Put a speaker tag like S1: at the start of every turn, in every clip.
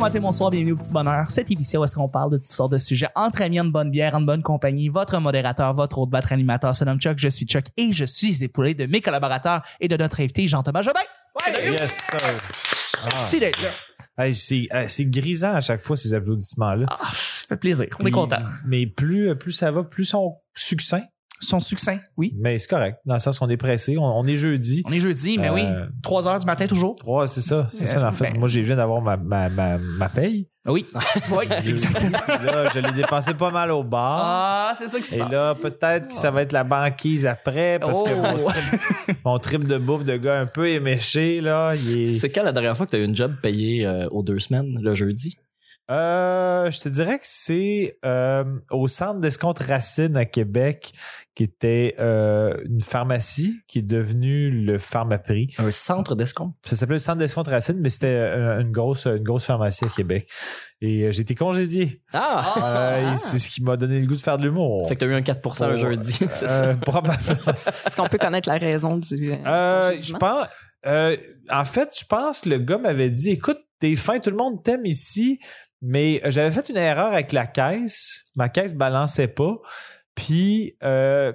S1: matin, bonsoir, bienvenue au Petit Bonheur. Cette émission où est-ce qu'on parle de toutes sortes de sujets entre amis, en bonne bière, en bonne compagnie. Votre modérateur, votre autre, votre animateur se nomme Chuck, je suis Chuck et je suis épaulé de mes collaborateurs et de notre invité Jean-Thomas Jobin.
S2: Yes, sir. Ah.
S1: Merci d'être là.
S2: Hey, c'est hey, c'est grisant à chaque fois ces applaudissements-là.
S1: Ah, ça fait plaisir, on est
S2: Puis-
S1: content.
S2: Mais plus, plus ça va, plus sont succincts.
S1: Son succinct, oui.
S2: Mais c'est correct, dans le sens qu'on est pressé. On, on est jeudi.
S1: On est jeudi, mais
S2: Euh,
S1: oui, 3 heures du matin toujours.
S2: Trois, c'est ça. C'est ça, en fait.
S1: ben-
S2: Moi, j'ai viens d'avoir ma, ma, ma, ma paye.
S1: Oui, oui, Ben, exactement.
S2: Puis là, je l'ai dépensé pas mal au bar.
S1: Ah, c'est ça qui se
S2: Et
S1: passe.
S2: là, peut-être que ça va être la banquise après, parce que mon,
S1: Oh.
S2: mon trip de bouffe de gars un peu éméché, là, il est...
S3: C'est quand la dernière fois que tu as eu une job payée euh, aux deux semaines, le jeudi?
S2: Euh, je te dirais que c'est euh, au centre d'escompte Racine à Québec, qui était euh, une pharmacie qui est devenue le Pharmaprix.
S3: Un centre d'escompte?
S2: Ça s'appelait le centre d'escompte Racine, mais c'était euh, une grosse, une grosse pharmacie à Québec. Et euh, j'ai été congédié.
S3: Ah!
S2: Euh, et C'est ce qui m'a donné le goût de faire de l'humour.
S3: Fait que tu as eu un 4
S2: Oh,
S3: un jeudi, c'est ça?
S2: Euh, probablement.
S4: Est-ce qu'on peut connaître la raison du. euh,
S2: Euh, je
S4: congédiement?
S2: pense. euh, en fait, je pense que le gars m'avait dit écoute, t'es fin, tout le monde t'aime ici, mais euh, j'avais fait une erreur avec la caisse. Ma caisse balançait pas. Puis, euh,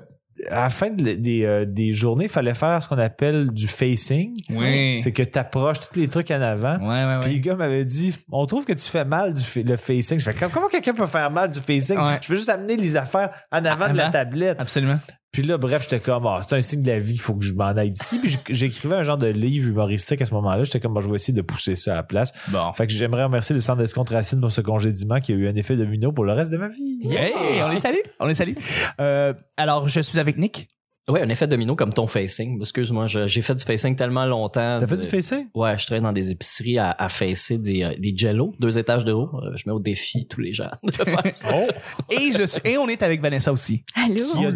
S2: à la fin de- des, euh, des journées, il fallait faire ce qu'on appelle du facing.
S1: Oui.
S2: C'est que tu approches tous les trucs en avant.
S1: Ouais, ouais, ouais.
S2: Puis le gars m'avait dit, on trouve que tu fais mal du fa- le facing. Je fais comme, comment quelqu'un peut faire mal du facing?
S1: Ouais.
S2: Je veux juste amener les affaires en avant
S1: Ah,
S2: de la
S1: avant.
S2: tablette.
S1: Absolument.
S2: Puis là, bref, j'étais comme, ah, c'est un signe de la vie, il faut que je m'en aille d'ici. Puis j- j'écrivais un genre de livre humoristique à ce moment-là. J'étais comme, bon, je vais essayer de pousser ça à la place.
S1: Bon.
S2: Fait que j'aimerais remercier le centre d'escompte Racine pour ce congédiement qui a eu un effet domino pour le reste de ma vie. Ah.
S1: Hey, on les salue. On les salue. Euh, alors, je suis avec Nick.
S3: Ouais, un effet domino comme ton facing. Excuse-moi, je- j'ai fait du facing tellement longtemps.
S2: T'as fait
S3: de-
S2: du facing?
S3: Ouais, je traîne dans des épiceries à, à facer des, euh, des jello, deux étages de haut. Euh, je mets au défi tous les gens de faire ça.
S2: Oh!
S1: Et je suis, et on est avec Vanessa aussi.
S4: Allô?
S2: Qui a-
S4: Moi,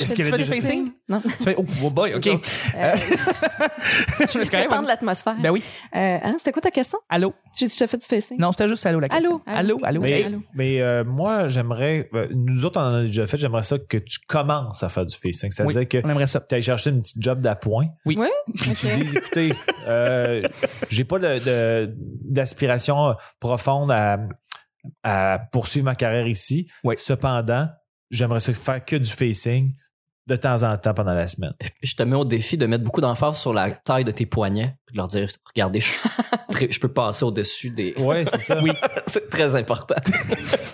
S4: je
S1: Est-ce
S4: fais
S1: qu'il y
S4: du
S1: avait
S4: facing.
S1: déjà-
S4: Non.
S1: Tu fais, oh, oh boy, ok.
S4: Donc, euh,
S1: Je me
S4: je
S1: suis correct,
S4: vais tendre l'atmosphère.
S1: Ben oui.
S4: Euh, hein, C'était quoi ta question?
S1: Allô?
S4: J'ai dit, je fais du facing.
S1: Non, c'était juste allô la question. Allô?
S4: Allô?
S1: Allô?
S2: Mais,
S1: Hey.
S4: Allô?
S2: mais, euh, moi, j'aimerais, euh, nous autres, on en a déjà fait, j'aimerais ça que tu commences à faire du facing. C'est-à-dire que
S1: On aimerait ça.
S2: tu ailles chercher une petite job d'appoint. Puis tu
S4: Ok.
S2: dis, écoutez, euh, j'ai pas de- de- d'aspiration profonde à, à poursuivre ma carrière ici.
S1: Oui.
S2: Cependant, j'aimerais ça faire que du facing de temps en temps pendant la semaine.
S3: Je te mets au défi de mettre beaucoup d'emphase sur la taille de tes poignets. puis De leur dire, regardez, je, très- je peux passer au-dessus des...
S2: Oui, c'est ça.
S1: Oui.
S3: C'est très important.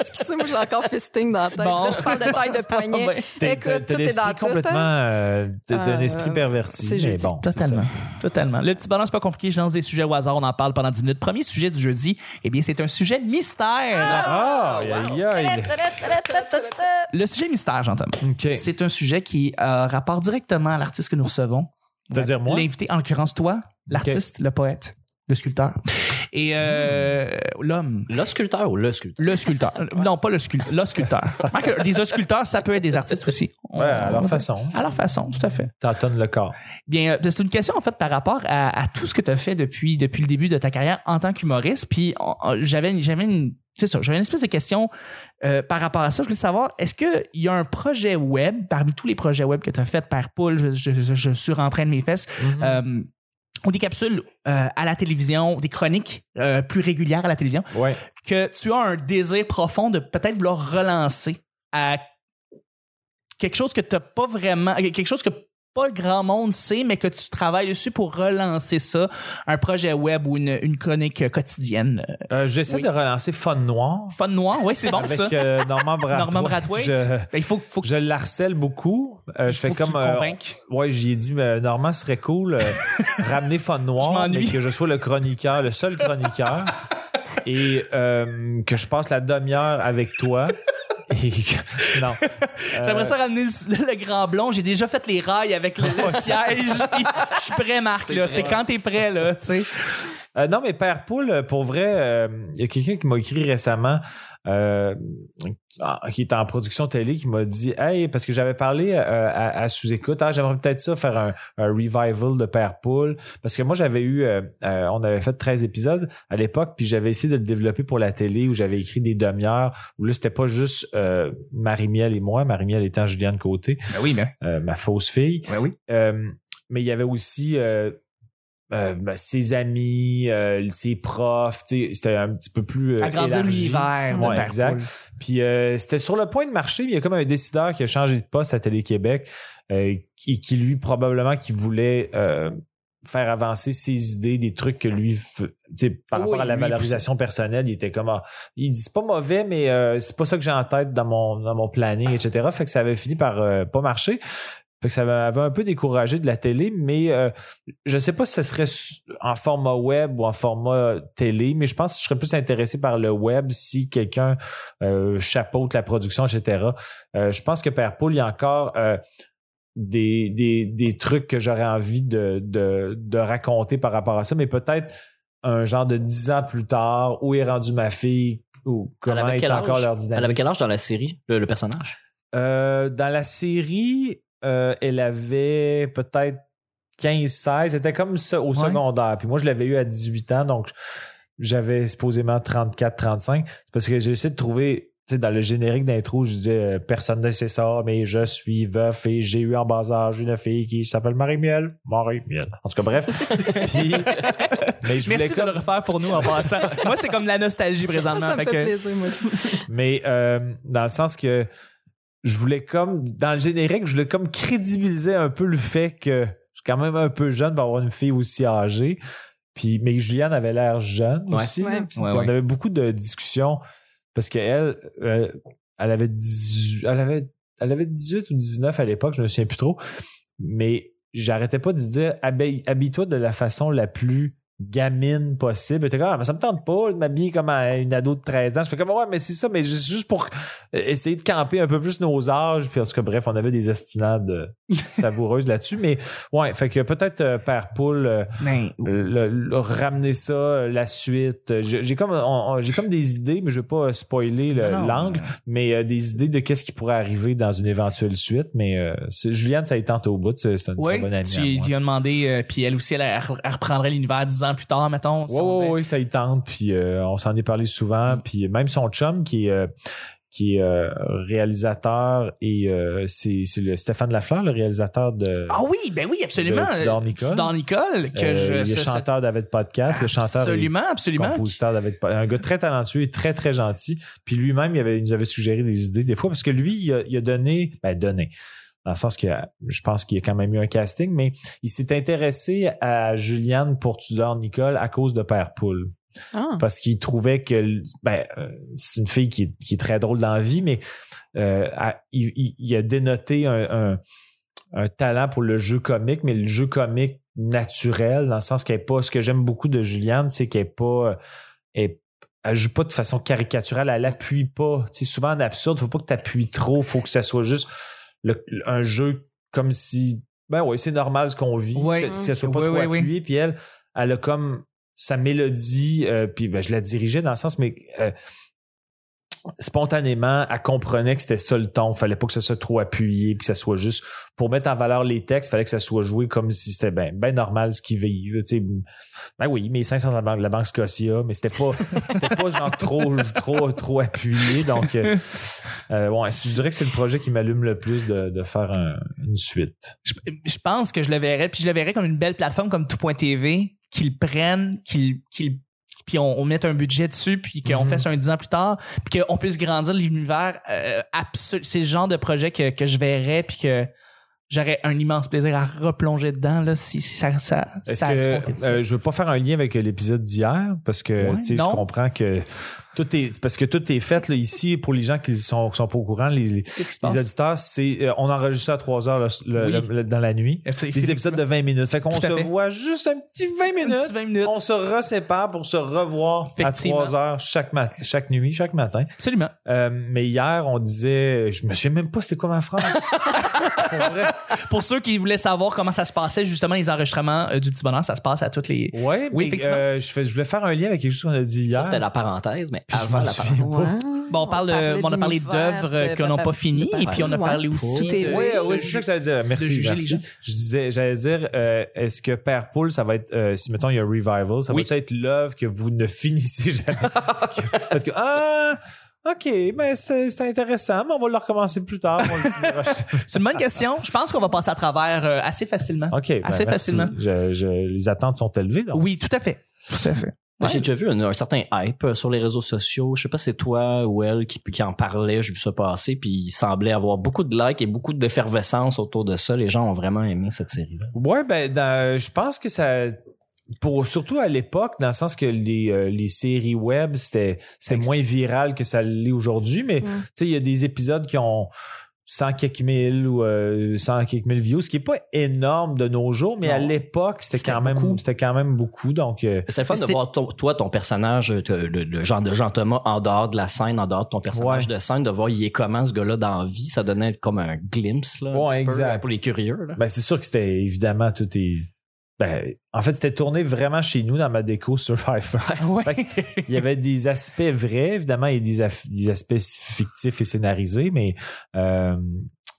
S4: Excusez, moi, j'ai encore fisting dans la tête.
S1: Bon. Ah,
S4: Là, tu parles de taille de poignet.
S2: T'as
S4: Écoute,
S2: t'as-
S4: tout
S2: t'as
S4: est dans
S2: l'esprit
S4: tout,
S2: complètement. euh, T'as t'as un
S4: Ah,
S2: esprit
S4: euh,
S2: perverti.
S4: c'est
S2: mais
S4: jeudi.
S2: bon, c'est
S1: Totalement.
S2: ça.
S1: Totalement. Le petit bonheur, c'est pas compliqué. Je lance des sujets au hasard. On en parle pendant 10 minutes. Premier sujet du jeudi, eh bien, c'est un sujet mystère.
S2: Ah,
S4: Oh,
S2: aïe, aïe.
S1: Le sujet mystère, Jean-Thomas.
S2: OK.
S1: C'est un sujet qui a rapport directement à l'artiste que nous recevons.
S2: C'est-à-dire moi?
S1: L'invité, en l'occurrence, toi, l'artiste, le poète, le sculpteur. Et euh, l'homme.
S3: Le sculpteur ou le sculpteur?
S1: Le sculpteur. Non, pas le sculpteur. Le sculpteur. Remarque que Les sculpteurs, ça peut être des artistes aussi. On-
S2: Ouais, à leur
S1: on-
S2: façon.
S1: À leur façon, tout à fait.
S2: T'entonnes le corps.
S1: Bien, euh, c'est une question en fait par rapport à, à tout ce que tu as fait depuis, depuis le début de ta carrière en tant qu'humoriste. Puis on- on- j'avais une- j'avais une. C'est ça, j'avais une espèce de question euh, par rapport à ça. Je voulais savoir, est-ce qu'il y a un projet web, parmi tous les projets web que tu as fait par poule, je, je, je, je suis rentré de mes fesses,
S2: Mm-hmm.
S1: euh, ou des capsules euh, à la télévision, des chroniques euh, plus régulières à la télévision,
S2: Ouais.
S1: que tu as un désir profond de peut-être vouloir relancer à quelque chose que tu pas vraiment, quelque chose que pas grand monde sait, mais que tu travailles dessus pour relancer ça, un projet web ou une, une chronique quotidienne. Euh,
S2: Euh, J'essaie
S1: Oui.
S2: de relancer Fun Noir.
S1: Fun noir, oui, c'est bon
S2: avec
S1: ça.
S2: euh, Norman Brathwaite.
S1: Norman Brathwaite.
S2: Je-
S1: Ben, il faut, faut que
S2: Je le harcèle beaucoup. Euh, je
S1: faut
S2: fais
S1: que tu
S2: comme.
S1: le
S2: euh,
S1: convainques.
S2: ouais, j'y ai dit, mais Normand serait cool. euh, ramener Fun
S1: Je
S2: Noir,
S1: m'ennuie.
S2: mais que je sois le chroniqueur, le seul chroniqueur, et euh, que je passe la demi-heure avec toi. Et que- non. Euh,
S1: J'aimerais ça ramener le, le grand blond. J'ai déjà fait les rails avec le, le siège. puis Je suis prêt, Marc.
S3: C'est
S1: là.
S3: vrai.
S1: C'est quand t'es prêt, là. Tu sais.
S2: Euh, non, mais Père Poule, euh, pour vrai, euh, il y a quelqu'un qui m'a écrit récemment, euh, ah, qui est en production télé, qui m'a dit Hey, parce que j'avais parlé euh, à, à sous-écoute, ah, j'aimerais peut-être ça faire un, un revival de Père Poule. Parce que moi, j'avais eu, euh, euh, on avait fait 13 épisodes à l'époque, puis j'avais essayé de le développer pour la télé, où j'avais écrit des demi-heures, où là, c'était pas juste euh, Marie-Miel et moi, Marie-Miel étant Juliane Côté,
S1: Ben oui, mais.
S2: euh, ma fausse fille.
S1: Ben oui.
S2: Euh, mais il y avait aussi euh, euh, ben, ses amis, euh, ses profs, tu sais, c'était un petit peu plus euh,
S1: Agrandir
S2: élargi.
S1: l'univers. de
S2: Ouais,
S1: Barpool.
S2: exact. Puis euh, c'était sur le point de marcher, mais il y a comme un décideur qui a changé de poste à Télé-Québec euh, qui, qui, lui, probablement, qui voulait euh, faire avancer ses idées, des trucs que lui, f- tu sais, par
S1: Oui,
S2: rapport à la
S1: lui,
S2: valorisation personnelle, il était comme, ah, il dit, c'est pas mauvais, mais euh, c'est pas ça que j'ai en tête dans mon, dans mon planning, etc. Fait que ça avait fini par euh, pas marcher. Fait que ça m'avait un peu découragé de la télé, mais euh, je sais pas si ce serait su- en format web ou en format télé, mais je pense que je serais plus intéressé par le web si quelqu'un euh, chapeaute la production, etc. Euh, je pense que Père Poule, il y a encore euh, des, des, des trucs que j'aurais envie de, de, de raconter par rapport à ça, mais peut-être un genre de dix ans plus tard, où est rendue ma fille ou comment
S3: avait
S2: est
S3: quel
S2: encore
S3: âge?
S2: leur
S3: Elle
S2: dynamique.
S3: avait quel âge dans la série, le, le personnage?
S2: Euh, dans la série, euh, elle avait peut-être 15-16. C'était comme ça au
S1: Ouais.
S2: secondaire. Puis moi, je l'avais eu à 18 ans, donc j'avais supposément 34-35. C'est parce que j'ai essayé de trouver, tu sais, dans le générique d'intro, je disais euh, personne ne sait ça, mais je suis veuf et j'ai eu en bas âge une fille qui s'appelle Marie-Miel. Marie-Miel. En tout cas, bref. Puis, mais je voulais
S1: Merci de le refaire pour nous en passant. Moi, c'est comme la nostalgie
S4: Ah,
S1: présentement.
S4: ça me
S1: fait
S4: fait
S1: que-
S4: plaisir, moi aussi.
S2: mais euh, dans le sens que je voulais comme dans le générique, je voulais comme crédibiliser un peu le fait que je suis quand même un peu jeune pour avoir une fille aussi âgée. Puis mais Juliane avait l'air jeune
S3: Ouais.
S2: aussi.
S4: Ouais.
S2: là. Puis
S3: Ouais,
S2: On
S3: ouais.
S2: avait beaucoup de discussions parce qu'elle elle avait 18, elle avait elle avait 18 ou 19 à l'époque, je me souviens plus trop. Mais j'arrêtais pas de dire Habille- habille-toi de la façon la plus gamine possible. T'es comme, ah, mais ça me tente pas de m'habiller comme à une ado de 13 ans. Je fais comme, ouais, mais c'est ça, mais juste juste pour essayer de camper un peu plus nos âges. Puis en tout cas, bref, on avait des ostinades euh, savoureuses là-dessus. Mais ouais, fait que peut-être euh, Père Poule, euh,
S1: Mais-
S2: le- le- ramener ça, euh, la suite. Euh, J'ai j'ai comme, on- on- j'ai comme des idées, mais je vais pas euh, spoiler le-
S1: Non, non,
S2: l'angle, mais euh, des idées de qu'est-ce qui pourrait arriver dans une éventuelle suite. Mais euh, c'est- Juliane, ça a été tente au bout. C'est c'est une
S1: Oui,
S2: très bonne amie.
S1: tu
S2: à
S1: lui
S2: moi.
S1: as demandé, euh, puis elle aussi, elle, elle- elle reprendrait l'univers dix ans plus tard, mettons. si
S2: Oui,
S1: on
S2: oui,
S1: dit.
S2: oui, ça y tente. Puis euh, on s'en est parlé souvent.
S1: Mm.
S2: Puis même son chum qui est, euh, qui est euh, réalisateur et euh, c'est c'est le Stéphane Lafleur, le réalisateur de.
S1: Ah oui, ben oui, absolument.
S2: De Tudor Nicole.
S1: Tudor Nicole, que
S2: euh,
S1: je...
S2: il est
S1: ça- ça-
S2: chanteur d'Avec Podcast, le chanteur et
S1: absolument, absolument.
S2: compositeur d'Avec Podcast. Un gars très talentueux et très, très gentil. Puis lui-même, il, avait- il nous avait suggéré des idées des fois parce que lui, il a, il a donné, ben donné, dans le sens que je pense qu'il y a quand même eu un casting, mais il s'est intéressé à Juliane pour Tudor Nicole à cause de Père Poule
S4: Ah.
S2: parce qu'il trouvait que l- ben, euh, c'est une fille qui est, qui est très drôle dans la vie, mais euh, à- il, il- il a dénoté un, un- un talent pour le jeu comique, mais le jeu comique naturel, dans le sens qu'elle est pas. Ce que j'aime beaucoup de Juliane, c'est qu'elle est pas. euh, Elle, elle joue pas de façon caricaturale, elle appuie pas. C'est souvent en absurde, faut pas que tu appuies trop, faut que ça soit juste le- le- un jeu comme si. Ben oui, c'est normal ce qu'on vit.
S1: Ouais.
S2: Si elle soit pas
S1: Ouais,
S2: trop
S1: ouais, ouais.
S2: appuyée, puis elle, elle a comme sa mélodie, euh, puis ben, je la dirigeais dans le sens, mais euh, spontanément, elle comprenait que c'était ça le ton. Fallait pas que ça soit trop appuyé, puis que ça soit juste pour mettre en valeur les textes. Fallait que ça soit joué comme si c'était ben, ben normal ce qu'ils vivent. tu sais. Ben oui, mais 500 de la banque, la banque Scotia, mais c'était pas, c'était pas genre trop, trop, trop appuyé. Donc, euh, euh, ouais, je dirais que c'est le projet qui m'allume le plus de, de faire un- une suite.
S1: Je, je pense que je le verrais, puis je le verrais comme une belle plateforme comme tout.tv, qu'ils prennent, qu'ils qu'ils puis on, on mette un budget dessus, puis qu'on
S2: Mhm.
S1: fasse un 10 ans plus tard, puis qu'on puisse grandir l'univers euh, absolu. C'est le genre de projet que, que je verrais, puis que j'aurais un immense plaisir à replonger dedans là, si, si ça, ça,
S2: Est-ce
S1: ça se
S2: que
S1: concrétise.
S2: euh, je veux pas faire un lien avec l'épisode d'hier parce que
S1: Ouais,
S2: tu sais, je
S1: non.
S2: comprends que tout est parce que tout est fait là, ici pour les gens qui sont qui sont pas au courant les, les
S1: Qu'est-ce qui se passe?
S2: auditeurs c'est euh, on enregistre à 3 heures le- le-
S1: Oui.
S2: le- le- dans la nuit les épisodes de 20 minutes fait qu'on
S1: Tout à
S2: se
S1: fait.
S2: voit juste un petit 20
S1: Un
S2: minutes,
S1: petit 20 minutes.
S2: on se resépare pour se revoir à
S1: Effectivement.
S2: 3 heures chaque mat- chaque nuit chaque matin
S1: Absolument.
S2: Euh, mais hier on disait je me souviens même pas c'était quoi ma phrase Pour vrai.
S1: Pour ceux qui voulaient savoir comment ça se passait, justement, les enregistrements euh, du petit bonheur, ça se passe à toutes les.
S2: ouais
S1: Oui,
S2: mais,
S1: effectivement.
S2: euh, je, fais- je voulais faire un lien avec quelque chose qu'on a dit hier
S3: Ça, c'était la parenthèse, mais
S2: Puis je
S3: avant
S2: me
S3: la
S2: souviens
S3: parenthèse.
S2: pas.
S1: Bon, on, parle, euh, on a parlé
S2: euh,
S1: d'œuvres qu'on n'a
S2: ben,
S1: pas finies, et puis on a parlé aussi
S4: Tout est
S1: de-
S2: Oui,
S4: vrai.
S2: oui, c'est ça que j'allais dire. Merci.
S1: juger
S2: merci.
S1: les gens.
S2: Je disais, j'allais dire, euh, est-ce que Père Poule, ça va être, euh, si mettons il y a un revival, ça
S1: Oui.
S2: va être l'œuvre que vous ne finissez jamais? Que- Parce que, ah, OK, ben c'est c'est intéressant, mais on va le recommencer plus tard. On le-
S1: C'est une bonne question. Je pense qu'on va passer à travers euh, assez facilement.
S2: OK. ben,
S1: Assez
S2: merci.
S1: facilement.
S2: Je- je- les attentes sont élevées. donc.
S1: Oui, tout à fait. Tout à fait.
S3: Moi,
S1: Ouais.
S3: J'ai déjà vu un, un certain hype euh, sur les réseaux sociaux. Je sais pas si c'est toi ou elle qui, qui en parlait. J'ai vu ça passer. Puis il semblait avoir beaucoup de likes et beaucoup d'effervescence autour de ça. Les gens ont vraiment aimé cette série-là.
S2: Ouais, ben, dans- je pense que ça. Pour, surtout à l'époque, dans le sens que les, euh, les séries web, c'était c'était moins viral que ça l'est aujourd'hui, mais
S4: Mm.
S2: tu sais, il y a des épisodes qui ont 100 quelques mille ou euh, 100 quelques mille views, ce qui n'est pas énorme de nos jours, mais à
S3: Non.
S2: l'époque, c'était
S3: C'était
S2: quand, même-
S3: beaucoup.
S2: c'était quand même beaucoup. Donc, euh,
S3: C'est le fun de
S1: C'était-
S3: voir ton- toi, ton personnage, euh, te- le, le genre de Jean Thomas en dehors de la scène, en dehors de ton personnage de scène, de voir il est comment ce gars-là dans la vie. Ça donnait comme un glimpse là, un
S2: Ouais,
S3: petit peu,
S2: exact.
S3: euh, pour les curieux. là.
S2: Ben, c'est sûr que c'était évidemment tout est. Ben, en fait, c'était tourné vraiment chez nous dans ma déco Survivor.
S1: Ouais.
S2: Il y avait des aspects vrais, évidemment, et des, aff- des aspects fictifs et scénarisés, mais euh,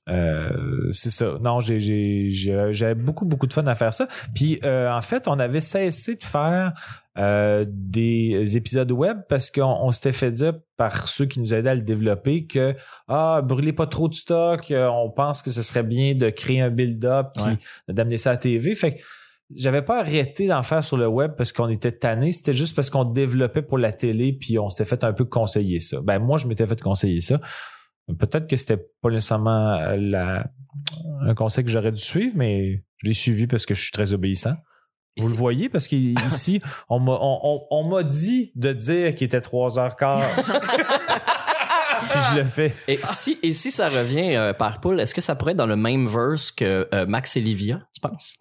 S2: euh, c'est ça. Non, j'ai- j'ai- j'ai- j'avais beaucoup, beaucoup de fun à faire ça. Puis, euh, en fait, on avait cessé de faire euh, des épisodes web parce qu'on on s'était fait dire par ceux qui nous aidaient à le développer que ah brûlez pas trop de stock euh, on pense que ce serait bien de créer un build-up puis d'amener ça à la TV fait que j'avais pas arrêté d'en faire sur le web parce qu'on était tanné c'était juste parce qu'on développait pour la télé puis on s'était fait un peu conseiller ça ben moi je m'étais fait conseiller ça peut-être que c'était pas nécessairement euh, la un conseil que j'aurais dû suivre mais je l'ai suivi parce que je suis très obéissant
S3: Et
S2: vous
S3: c'est-
S2: le voyez parce qu'ici, on m'a on, on- on m'a dit de dire qu'il était 3h15. Puis je le fais.
S3: Et si, et si ça revient euh, par poule, est-ce que ça pourrait être dans le même verse que euh, Max et Livia, tu penses?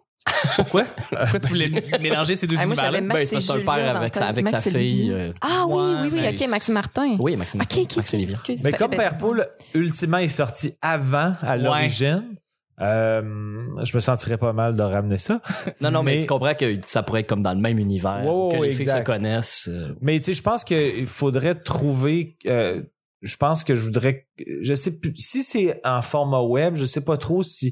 S1: Pourquoi? Pourquoi tu voulais mélanger ces deux
S4: Ah, moi,
S1: univers-là?
S4: j'avais Max
S3: Ben, c'est parce que c'est
S4: et
S3: un
S4: Julia
S3: père
S4: dans
S3: avec
S4: le
S3: sa, avec
S4: temps.
S3: sa
S4: Max et
S3: fille.
S4: Julia.
S3: euh,
S4: Ah oui, oui,
S3: Ouais.
S4: oui, ok, Max Martin.
S3: oui, Maxime.
S4: Ok, ok.
S3: Max et Livia.
S4: Excuse,
S2: Mais
S4: pas-
S2: comme
S4: ben,
S2: Père Poule, ultimement, est sorti avant, à
S1: Ouais.
S2: l'origine, euh, je me sentirais pas mal de ramener ça.
S3: Non, non, mais,
S2: Mais-
S3: tu comprends que ça pourrait être comme dans le même univers,
S2: Ouais, ouais,
S3: que
S2: ouais,
S3: les filles
S2: exact.
S3: se connaissent. euh,
S2: Mais tu sais, je pense qu'il faudrait trouver. euh, je pense que je voudrais. Je sais plus. Si c'est en format web, je sais pas trop si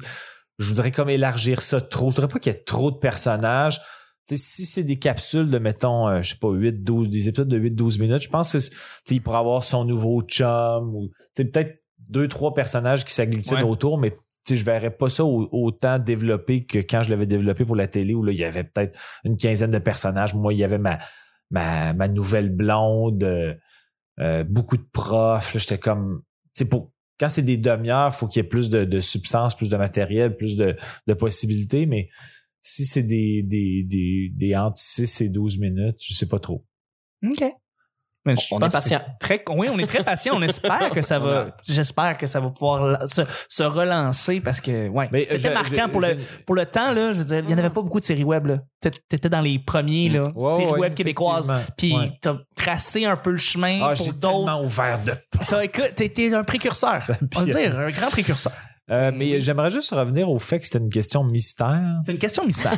S2: je voudrais comme élargir ça trop. Je voudrais pas qu'il y ait trop de personnages. Tu sais, si c'est des capsules de, mettons, euh, je sais pas, 8, 12, des épisodes de 8, 12 minutes, je pense que c'est- tu sais, il pourrait avoir son nouveau chum ou tu sais, peut-être deux, trois personnages qui s'agglutinent
S1: Ouais.
S2: autour, mais tu sais, je verrais pas ça au- autant développé que quand je l'avais développé pour la télé où là, il y avait peut-être une quinzaine de personnages. Moi, il y avait ma, ma, ma nouvelle blonde, euh, euh, beaucoup de profs. là, J'étais comme. tu sais, Pour, quand c'est des demi-heures, faut qu'il y ait plus de, de substance, plus de matériel, plus de, de possibilités. Mais si c'est des, des, des, des entre 6 et 12 minutes, je sais pas trop.
S1: OK. Mais je
S3: On- on
S1: pense
S3: est patient.
S1: que c'est Très, oui, on est très patient. On espère que ça va. J'espère que ça va pouvoir la- se, se relancer parce que ouais,
S2: Mais euh,
S1: c'était
S2: je-
S1: marquant
S2: je-
S1: pour le
S2: je- Mm.
S1: pour le temps là. Je veux dire, il n'y en avait pas beaucoup de séries web là. T'étais- T'étais dans les premiers là,
S2: Ouais,
S1: séries
S2: ouais,
S1: web québécoises.
S2: effectivement.
S1: Puis
S2: Ouais.
S1: t'as tracé un peu le chemin
S2: Ah,
S1: pour
S2: j'ai
S1: d'autres.
S2: tellement ouvert de
S1: T'as écoute, t'étais un précurseur. On va
S2: pire.
S1: dire un grand précurseur. Ben
S2: Euh, mais j'aimerais juste revenir au fait que c'était une question mystère.
S1: C'est une question mystère.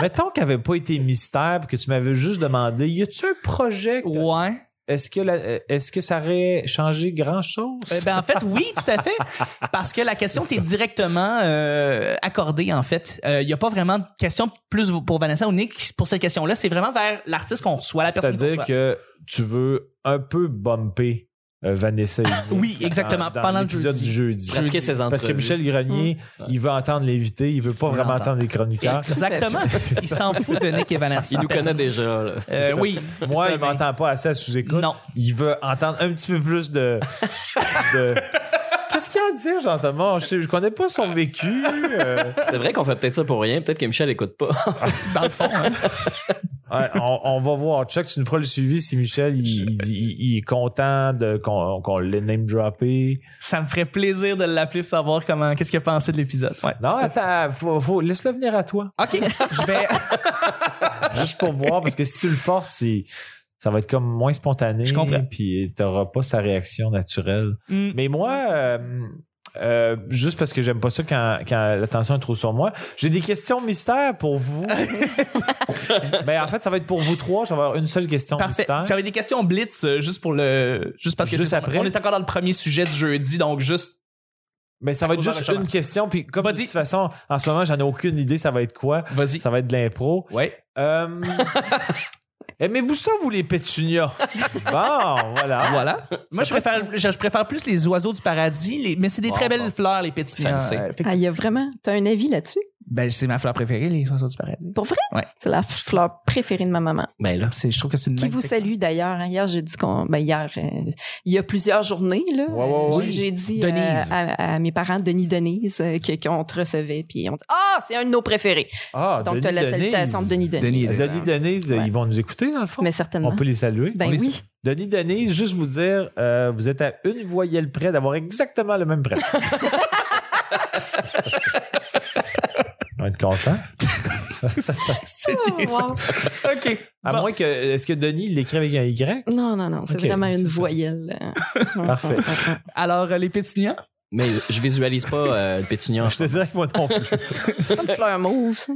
S2: Mettons qu'elle n'avait pas été mystère, puis que tu m'avais juste demandé, y a-tu un projet? que-
S1: ouais.
S2: Est-ce que, la- euh, est-ce que ça aurait changé grand-chose?
S1: Euh, ben, en fait, oui, tout à fait. Parce que la question t'est directement euh, accordée, en fait. Il n'y a pas vraiment de question plus pour Vanessa ou Nick pour cette question-là. C'est vraiment vers l'artiste qu'on reçoit, la personne qu'on
S2: C'est-à-dire
S1: reçoit.
S2: que tu veux un peu bumper euh, Vanessa. et Nick
S1: Ah, Oui,
S2: dans-
S1: exactement,
S2: dans
S1: pendant le
S2: l'épisode
S1: jeudi. Hum.
S2: du jeudi.
S3: Pratiquer ses
S2: Parce que
S3: entrevues.
S2: Michel Grenier, il veut entendre l'invité, il veut pas
S3: veut
S2: vraiment
S3: l'entendre.
S2: entendre les chroniqueurs.
S1: Exactement. Il s'en fout de Nick et Vanessa.
S3: Il nous connaît déjà. là.
S1: Euh,
S2: C'est ça.
S1: oui.
S2: Moi,
S1: C'est ça,
S2: il
S1: mais-
S2: m'entend pas assez à sous-écoute.
S1: Non.
S2: Il veut entendre un petit peu plus de. de- Qu'est-ce qu'il y a à dire, Jean-Thomas? Je, sais- je connais pas son vécu. euh,
S3: C'est vrai qu'on fait peut-être ça pour rien. Peut-être que Michel écoute pas.
S1: Dans le fond, hein.
S2: ouais, on, on va voir. Chuck, tu nous feras le suivi si Michel il, il dit- il- il est content de, qu'on, qu'on l'ait name-droppé.
S1: ça me ferait plaisir de l'appeler pour savoir comment, qu'est-ce qu'il a pensé de l'épisode. Ouais.
S2: Non, attends, faut, faut- laisse-le venir à toi.
S1: OK. Je vais.
S2: Juste pour voir, parce que si tu le forces, c'est- ça va être comme moins spontané.
S1: Je comprends.
S2: Puis t'auras pas sa réaction naturelle.
S1: Mm.
S2: Mais moi, euh, euh, juste parce que j'aime pas ça quand, quand l'attention est trop sur moi, j'ai des questions mystères pour vous. Mais en fait, ça va être pour vous trois. Je vais avoir une seule question
S1: Parfait.
S2: mystère.
S1: J'avais des questions blitz euh, juste pour le. Juste parce que
S2: Juste
S1: c'est-
S2: après?
S1: on est encore dans le premier sujet du jeudi, donc juste.
S2: Mais ça va être
S1: Posons le
S2: juste
S1: chemin.
S2: une question. Puis comme de
S1: Vas-y.
S2: toute façon, en ce moment, j'en ai aucune idée. Ça va être quoi?
S1: Vas-y.
S2: Ça va être de l'impro.
S1: Ouais.
S2: Euh, Aimez-vous ça, vous, les pétunias? bon, voilà.
S1: Voilà. Moi, je préfère, je, je préfère plus les oiseaux du paradis, les- mais c'est des
S3: Bon,
S1: très belles
S3: bon.
S1: fleurs, les petits
S3: Fancy.
S4: Ah, il y a vraiment. T'as un avis là-dessus?
S1: ben, c'est ma fleur préférée, les oiseaux du paradis.
S4: Pour vrai?
S1: Ouais.
S4: C'est la fleur préférée de ma maman.
S3: Ben là.
S1: C'est- Je trouve que c'est une
S4: Qui vous
S1: magnifique-
S4: salue d'ailleurs. hein. Hier, j'ai dit qu'on. Ben, hier, euh, il y a plusieurs journées, là.
S2: Ouais, ouais,
S4: euh,
S2: ouais.
S4: j'ai- J'ai dit euh,
S1: Denise.
S4: à, à mes parents, Denis Denise, euh, que- qu'on te recevait. Puis on dit Ah, c'est un de nos préférés.
S2: Ah,
S4: Donc,
S2: Denis
S4: t'as la salutation de Denis Denise.
S1: Denis
S2: Denise.
S1: Denise.
S2: Denis Denise,
S4: Ouais.
S2: ils vont nous écouter, dans le fond.
S4: Mais
S2: On
S4: certainement.
S2: peut les saluer.
S4: Ben
S2: On les
S4: oui.
S2: Denis Denise, juste vous dire, euh, vous êtes à une voyelle près d'avoir exactement le même prêt. On va être content.
S1: C'est
S4: Oh,
S1: bien ça.
S4: wow.
S1: OK.
S2: À
S1: Bon.
S2: moins que. Est-ce que Denis l'écrit avec un Y?
S4: Non, non, non, c'est
S2: Ok,
S4: vraiment
S2: c'est
S4: une
S2: ça.
S4: voyelle. euh.
S2: Parfait.
S1: Alors, euh, les pétillants?
S3: Mais je visualise pas euh, le pétunia.
S2: Je te dirais que moi non plus.
S4: Comme fleur mauve, ça.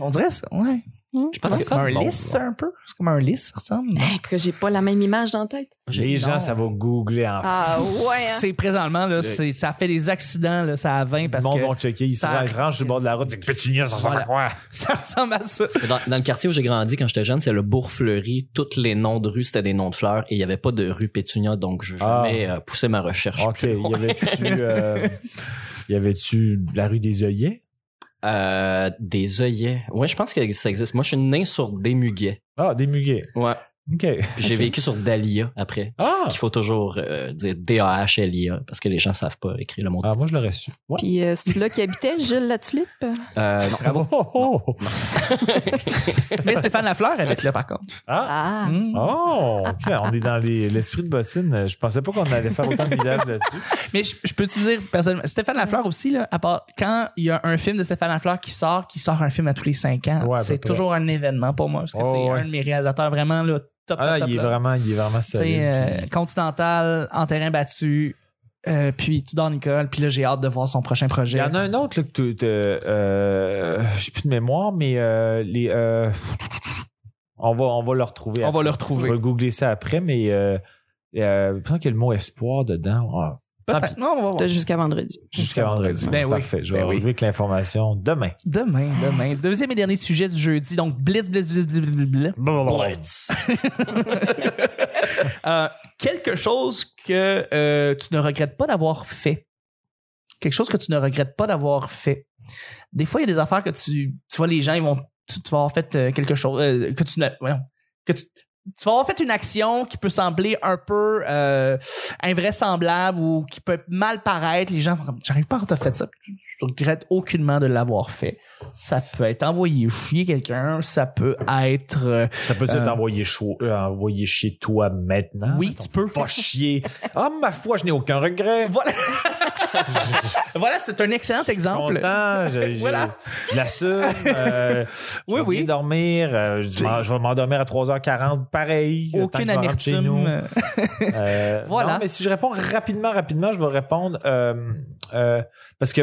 S1: On dirait ça, ouais.
S4: Hmm?
S3: Je
S1: Parce
S3: pense
S1: que
S3: que
S1: c'est comme un lys, ça, un peu. C'est comme un lys, ça ressemble. non?
S4: Hey, que Ben, j'ai pas la même image dans la tête.
S2: Les gens, ça va googler en
S4: Ah ouais. hein.
S1: C'est présentement, là, c'est- ça fait des accidents, là, ça a 20 parce
S2: Le monde
S1: que
S2: vont checker. Ils se
S1: ça-
S2: rangent sur le bord de la route. Ils disent, Pétunia, ça ressemble à quoi?
S1: ça ressemble à ça.
S3: Dans, dans le quartier où j'ai grandi quand j'étais jeune, c'est le bourg fleuri. Tous les noms de rues, c'était des noms de fleurs et il n'y avait pas de rue pétunia, donc je n'ai
S2: Ah.
S3: jamais euh, poussé ma recherche.
S2: OK. Il y avait-tu. euh, Il y avait-tu la rue des œillets?
S3: Euh, des œillets. Ouais, je pense que ça existe. Moi, je suis né sur des muguets.
S2: Ah, des muguets.
S3: Ouais.
S2: OK.
S3: Puis J'ai vécu sur Dahlia après.
S2: Ah!
S3: Qu'il faut toujours euh, dire D-A-H-L-I-A parce que les gens savent pas écrire le mot.
S2: Ah, moi, je l'aurais su. Ouais.
S4: Puis euh, c'est là qui habitait Jules la tulipe.
S1: Ah.
S3: Euh, non.
S2: Bravo. Oh, oh.
S1: Mais Stéphane Lafleur avec là, par contre.
S2: Ah!
S4: Ah.
S1: Mm.
S2: Oh! OK, on est dans les- l'esprit de bottine. Je pensais pas qu'on allait faire autant de villages là-dessus.
S1: Mais je, je peux te dire, personnellement, Stéphane Lafleur aussi, là, à part quand il y a un film de Stéphane Lafleur qui sort, qui sort un film à tous les cinq ans,
S2: Ouais, à peu
S1: c'est
S2: près.
S1: toujours un événement pour moi, parce que
S2: Oh,
S1: c'est
S2: ouais.
S1: un de mes réalisateurs vraiment là, top,
S2: Ah,
S1: top, top,
S2: il est
S1: là.
S2: vraiment, il est vraiment
S1: Tu
S2: solide.
S1: sais, euh, Continental, en terrain battu, euh, puis Tudor Nicole, puis là, j'ai hâte de voir son prochain
S2: Il
S1: projet.
S2: y en a un autre là, que tu. tu- Euh, J'ai plus de mémoire, mais euh, les. euh, on, va, on va le retrouver.
S1: On
S2: après.
S1: va le
S2: Je
S1: retrouver.
S2: vais googler ça après, mais. Euh, euh, il me semble qu'il y a le mot espoir dedans. Ah,
S1: Peut-être. Non, on va voir.
S4: T'as jusqu'à vendredi.
S2: Jusqu'à vendredi.
S1: Ben oui.
S2: Parfait. Je vais
S1: Ben oui.
S2: arriver avec l'information demain.
S1: Demain, demain. Deuxième et dernier sujet du jeudi. Donc, blitz, blitz, blitz, blitz, blitz, blitz. Euh, quelque chose que euh, tu ne regrettes pas d'avoir fait. Quelque chose que tu ne regrettes pas d'avoir fait. Des fois, il y a des affaires que tu, tu vois, les gens, ils vont, tu, tu vas avoir fait euh, quelque chose, euh, que tu ne, voyons, que tu, tu vas avoir fait une action qui peut sembler un peu euh, invraisemblable ou qui peut mal paraître. Les gens vont comme, j'arrive pas à t'avoir fait ça. Je regrette aucunement de l'avoir fait. Ça peut être envoyer chier quelqu'un, ça peut être euh,
S2: Ça peut-tu
S1: Euh,
S2: t'envoyer chaud- euh, envoyer chez toi maintenant?
S1: Oui, tu peux.
S2: Pas chier. Ah, ma foi, je n'ai aucun regret.
S1: Voilà. voilà, c'est un excellent exemple.
S2: content, je, je-
S1: Voilà.
S2: je l'assume. euh, je
S1: Oui,
S2: vais
S1: oui.
S2: bien dormir. euh, je, m'en- je vais m'endormir à 3h40, pareil. le temps que
S1: Aucune
S2: je me rentre chez nous.
S1: amertume.
S2: Euh,
S1: Voilà.
S2: non, mais si je réponds rapidement, rapidement, je vais répondre euh, euh, parce que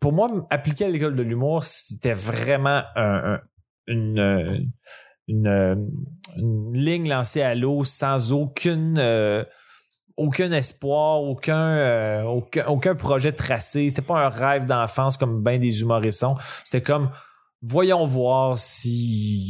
S2: pour moi, m- appliquer à l'école de l'humour, c'était vraiment un- un- une, euh, une, euh, une ligne lancée à l'eau sans aucune. euh, aucun espoir, aucun, euh, aucun, aucun projet tracé. C'était pas un rêve d'enfance comme bien des humoristes. sont. C'était comme voyons voir s'il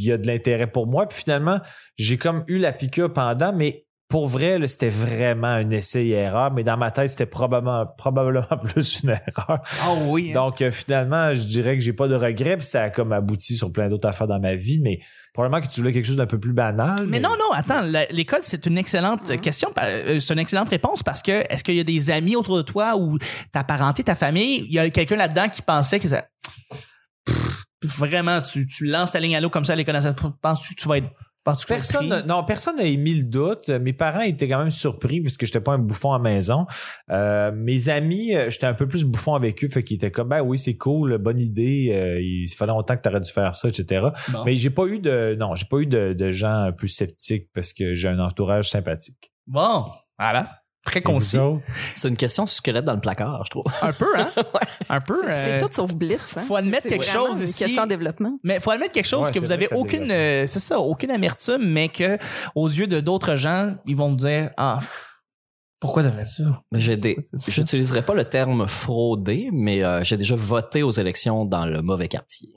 S2: y a de l'intérêt pour moi. Puis finalement, j'ai comme eu la piqûre pendant, mais pour vrai, là, c'était vraiment un essai et erreur, mais dans ma tête, c'était probablement, probablement plus une erreur.
S1: Ah oui. hein.
S2: Donc, euh, finalement, je dirais que j'ai pas de regrets, puis ça a comme abouti sur plein d'autres affaires dans ma vie, mais probablement que tu voulais quelque chose d'un peu plus banal.
S1: mais non, non, attends, la- l'école, c'est une excellente
S4: Mhm.
S1: question, pa- euh, c'est une excellente réponse parce que est-ce qu'il y a des amis autour de toi ou ta parenté, ta famille, il y a quelqu'un là-dedans qui pensait que ça. Pff, Vraiment, tu, tu lances ta ligne à l'eau comme ça à l'école, ça- penses-tu que tu vas être. Penses-tu que tu vas être
S2: Personne, n'a-
S1: pris?
S2: non, personne n'a émis le doute. Mes parents étaient quand même surpris parce que j'étais pas un bouffon à la maison. Euh, mes amis, euh, j'étais un peu plus bouffon avec eux, fait qu'ils étaient comme ben oui c'est cool, bonne idée. euh, il fallait longtemps que t'aurais dû faire ça, etc.
S1: Bon.
S2: Mais j'ai pas eu de, non, j'ai pas eu de, de gens plus sceptiques parce que j'ai un entourage sympathique.
S1: Bon, voilà. Très concis.
S2: Et vous autres?
S3: C'est une question squelette dans le placard, je trouve.
S1: Un peu, hein? Un peu.
S4: C'est c'est
S1: euh,
S4: tout sauf Blitz. Hein?
S1: faut admettre
S4: C'est
S1: quelque
S4: vraiment
S1: chose
S4: une
S1: ici.
S4: question de développement.
S1: Mais faut admettre quelque chose
S2: Ouais,
S1: que
S2: c'est
S1: vous
S2: vrai
S1: avez
S2: que ça
S1: aucune,
S2: développe.
S1: euh, c'est ça, aucune amertume, mais que aux yeux de d'autres gens, ils vont me dire ah pff, pourquoi t'as fait ça
S3: Mais J'ai des,
S1: C'est ça.
S3: j'utiliserai pas le terme fraudé, mais euh, j'ai déjà voté aux élections dans le mauvais quartier.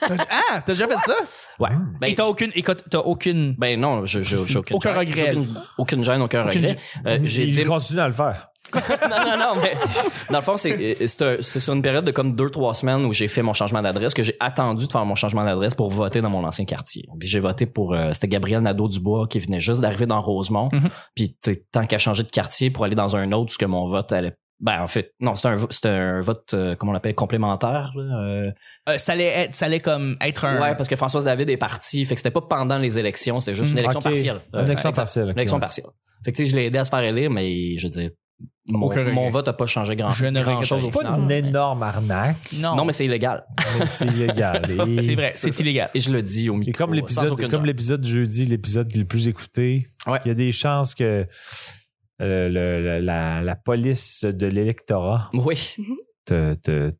S1: Ah t'as déjà fait ça
S3: Ouais. Ben,
S1: Et t'as aucune, et t'as- t'as aucune.
S3: ben non, je- je- j'ai aucune
S1: Aucun
S3: gêne.
S1: regret.
S3: J'ai Aucune, aucune gêne, aucun
S1: Aucune
S3: regret. Euh, j'ai
S2: il
S3: dé-
S2: continue à le faire.
S3: non, non, non, mais dans le fond, c'est euh, c'est un- c'est sur une période de comme deux, trois semaines où j'ai fait mon changement d'adresse, que j'ai attendu de faire mon changement d'adresse pour voter dans mon ancien quartier. Puis j'ai voté pour, euh, c'était Gabriel Nadeau-Dubois qui venait juste d'arriver dans Rosemont.
S2: Mm-hmm.
S1: Mhm.
S3: Puis tu sais, tant qu'à changer de quartier pour aller dans un autre, ce que mon vote allait... Ben, en fait, non, c'était un, vo- c'était un vote, euh, comment on l'appelle, complémentaire. là, euh,
S1: Euh, ça allait être, ça allait comme être un.
S3: Ouais, parce que Françoise David est partie. Fait que c'était pas pendant les élections, c'était
S1: Mm,
S3: juste une élection
S2: Mm-hmm. ok.
S3: partielle.
S2: Une élection
S3: Euh, exact.
S2: partielle, ok,
S3: Une élection
S2: ouais.
S3: partielle. Fait que tu sais, je l'ai aidé à se faire élire, mais je veux dire, mon,
S1: Aucun regret.
S3: mon vote a pas changé grand,
S1: Je ne
S3: grand
S1: regrette
S3: chose au
S1: rien.
S2: C'est pas
S3: final.
S2: une énorme arnaque,
S1: non,
S3: Non, mais c'est illégal.
S2: mais c'est illégal. Et-
S1: c'est vrai, c'est illégal.
S3: Et je le dis au micro.
S2: Et comme
S3: sans
S2: l'épisode,
S3: aucune
S2: comme
S3: gêne.
S2: l'épisode de jeudi, l'épisode le plus écouté,
S3: Ouais.
S2: il y a des chances que euh, le- le- la, la police de l'électorat
S3: Oui.
S2: te, te,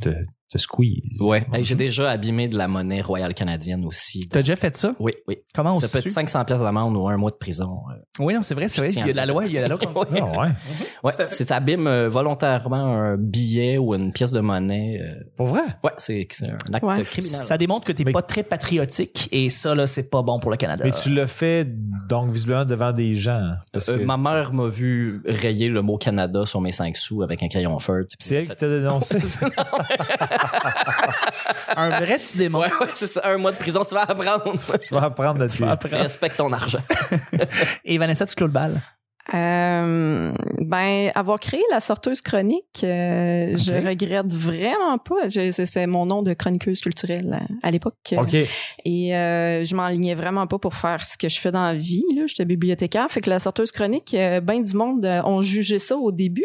S2: te, te squeeze.
S3: Ouais. Mhm. Hey, J'ai déjà abîmé de la monnaie royale canadienne aussi.
S1: T'as déjà fait ça?
S3: Oui, oui.
S1: Comment on
S3: Ça peut être 500 pièces d'amende ou un mois de prison. Euh,
S1: Oui, non, c'est vrai, c'est
S3: Je
S1: vrai.
S3: tiens
S1: Il y a de la
S3: à
S1: loi,
S3: le
S1: il y a de la loi. contre-
S2: Ah ouais.
S3: Ouais, c'est abîme euh, volontairement un billet ou une pièce de monnaie. euh,
S2: Pour vrai?
S3: ouais, c'est c'est un acte
S4: Ouais.
S3: criminel.
S1: Ça démontre que t'es
S2: Mais-
S1: pas très patriotique et ça, là, c'est pas bon pour le Canada.
S2: Mais tu l'as fait donc visiblement devant des gens. hein, Parce
S3: Euh,
S2: que
S3: Ma mère m'a vu rayer le mot Canada sur mes 5 sous avec un crayon feutre.
S2: c'est elle qui t'a dénoncé.
S1: Un vrai petit démon.
S3: Ouais, ouais, c'est ça. Un mois de prison, tu vas apprendre.
S2: tu vas apprendre à dire.
S1: Après.
S3: Respecte ton argent.
S1: Et Vanessa, tu clôt le bal.
S4: Euh, ben, avoir créé la sorteuse chronique, euh, je
S1: Ok.
S4: regrette vraiment pas. Je- c'est- C'est mon nom de chroniqueuse culturelle euh, à l'époque.
S2: OK.
S4: Et euh, je m'enlignais vraiment pas pour faire ce que je fais dans la vie. Là. J'étais bibliothécaire. Fait que la sorteuse chronique, euh, ben du monde euh, ont jugé ça au début.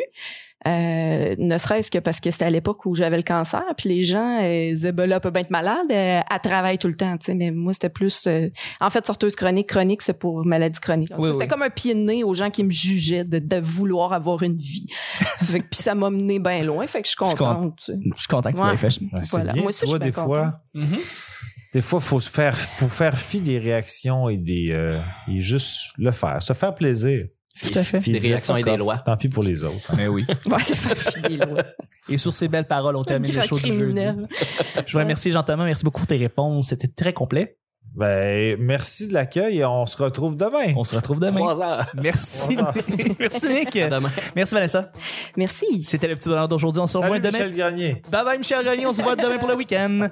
S4: Euh, ne serait-ce que parce que c'était à l'époque où j'avais le cancer, puis les gens euh, disaient ben là, elle peut bien être malade, euh, elle travaille tout le temps, tu sais. Mais moi, c'était plus, euh, en fait, sorteuse chronique, chronique, c'est pour maladie chronique. En tout
S1: Oui,
S4: cas, C'était
S1: oui.
S4: comme un pied de nez aux gens qui me jugeaient de, de vouloir avoir une vie. fait que, puis ça m'a mené bien loin. Fait que je suis
S1: Je comprends.
S4: contente. tu sais.
S1: Je suis content que tu
S4: Ouais.
S1: l'aies fait.
S2: Ouais, C'est
S4: Voilà.
S2: bien,
S4: Moi aussi,
S2: tu vois,
S4: je suis
S2: des
S4: bien
S2: fois, des fois, faut se faire, faut faire fi des réactions et des, euh, et juste le faire, se faire plaisir.
S1: Tout à fait.
S2: Puis
S3: Des
S2: dire,
S3: réactions et
S2: fuck
S3: des
S2: off,
S3: lois.
S2: Tant pis pour les autres.
S1: Mais oui.
S4: Ouais, c'est fait filer, là.
S1: Et sur ces belles paroles, on termine le
S4: grand
S1: show du jeudi.
S4: criminel.
S1: Je vous remercie, Jean-Thomas. Merci beaucoup pour tes réponses. C'était très complet.
S2: Ben, merci de l'accueil et on se retrouve demain.
S1: On se retrouve demain.
S3: Trois heures.
S1: Merci.
S2: Trois
S1: Merci, Nick.
S3: À demain.
S1: Merci, Vanessa.
S4: Merci.
S1: C'était le petit bonheur d'aujourd'hui. On se revoit
S2: Salut,
S1: demain.
S2: Michel Garnier.
S1: Bye bye, Michel Grenier. On se voit demain pour le week-end.